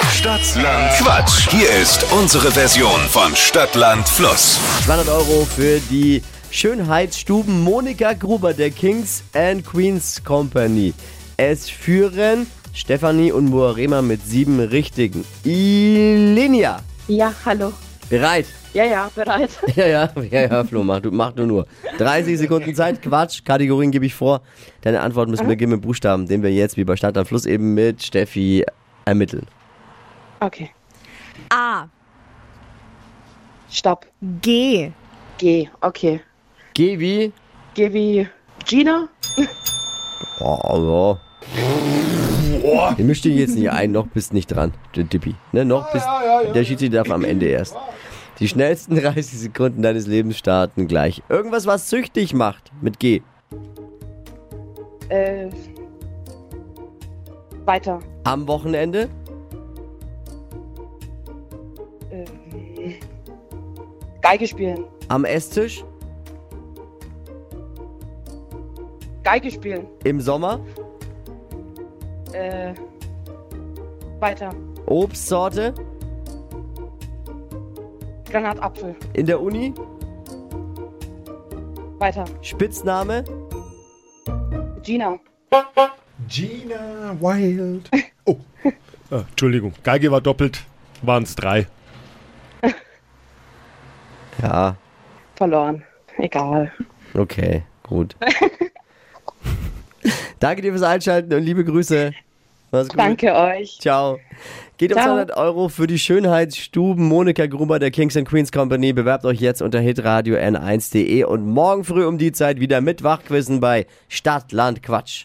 Stadtland Quatsch. Hier ist unsere Version von Stadtland Fluss. 200 Euro für die Schönheitsstuben Monika Gruber der Kings and Queens Company. Es führen Stefanie und Moarema mit sieben richtigen. Ilenia, Ja, hallo. bereit? Ja, ja, bereit. Ja, ja, ja, ja, Flo, mach du, mach du nur. 30 Sekunden Zeit, Quatsch, Kategorien gebe ich vor. Deine Antwort müssen wir geben mit Buchstaben, den wir jetzt wie bei Stadt am Fluss eben mit Steffi ermitteln. Okay. A. Stopp. G. G. Okay. Geh wie? G wie Gina. Oh, ja. Den mischt ihn jetzt nicht ein, noch bist nicht dran, der Dippi. Ne, noch bist, der Schiedsrichter darf am Ende erst. Die schnellsten 30 Sekunden deines Lebens starten gleich. Irgendwas, was süchtig macht, mit G. Äh, weiter. Am Wochenende, Äh, Geige spielen. am Esstisch, Geige spielen. im Sommer, Äh, weiter. Obstsorte, Granatapfel. in der Uni, Weiter. Spitzname, Gina. Gina Wild. Oh, äh, Entschuldigung. Geige war doppelt, waren es drei. Ja, Verloren. Egal. okay, gut. Danke dir fürs Einschalten und liebe Grüße. Mach's gut. Danke euch. Ciao. Geht um Ciao. 200 Euro für die Schönheitsstuben Monika Gruber der Kings and Queens Company. Bewerbt euch jetzt unter hitradio n1.de und morgen früh um die Zeit wieder mit Wachquissen bei Stadt, Land, Quatsch.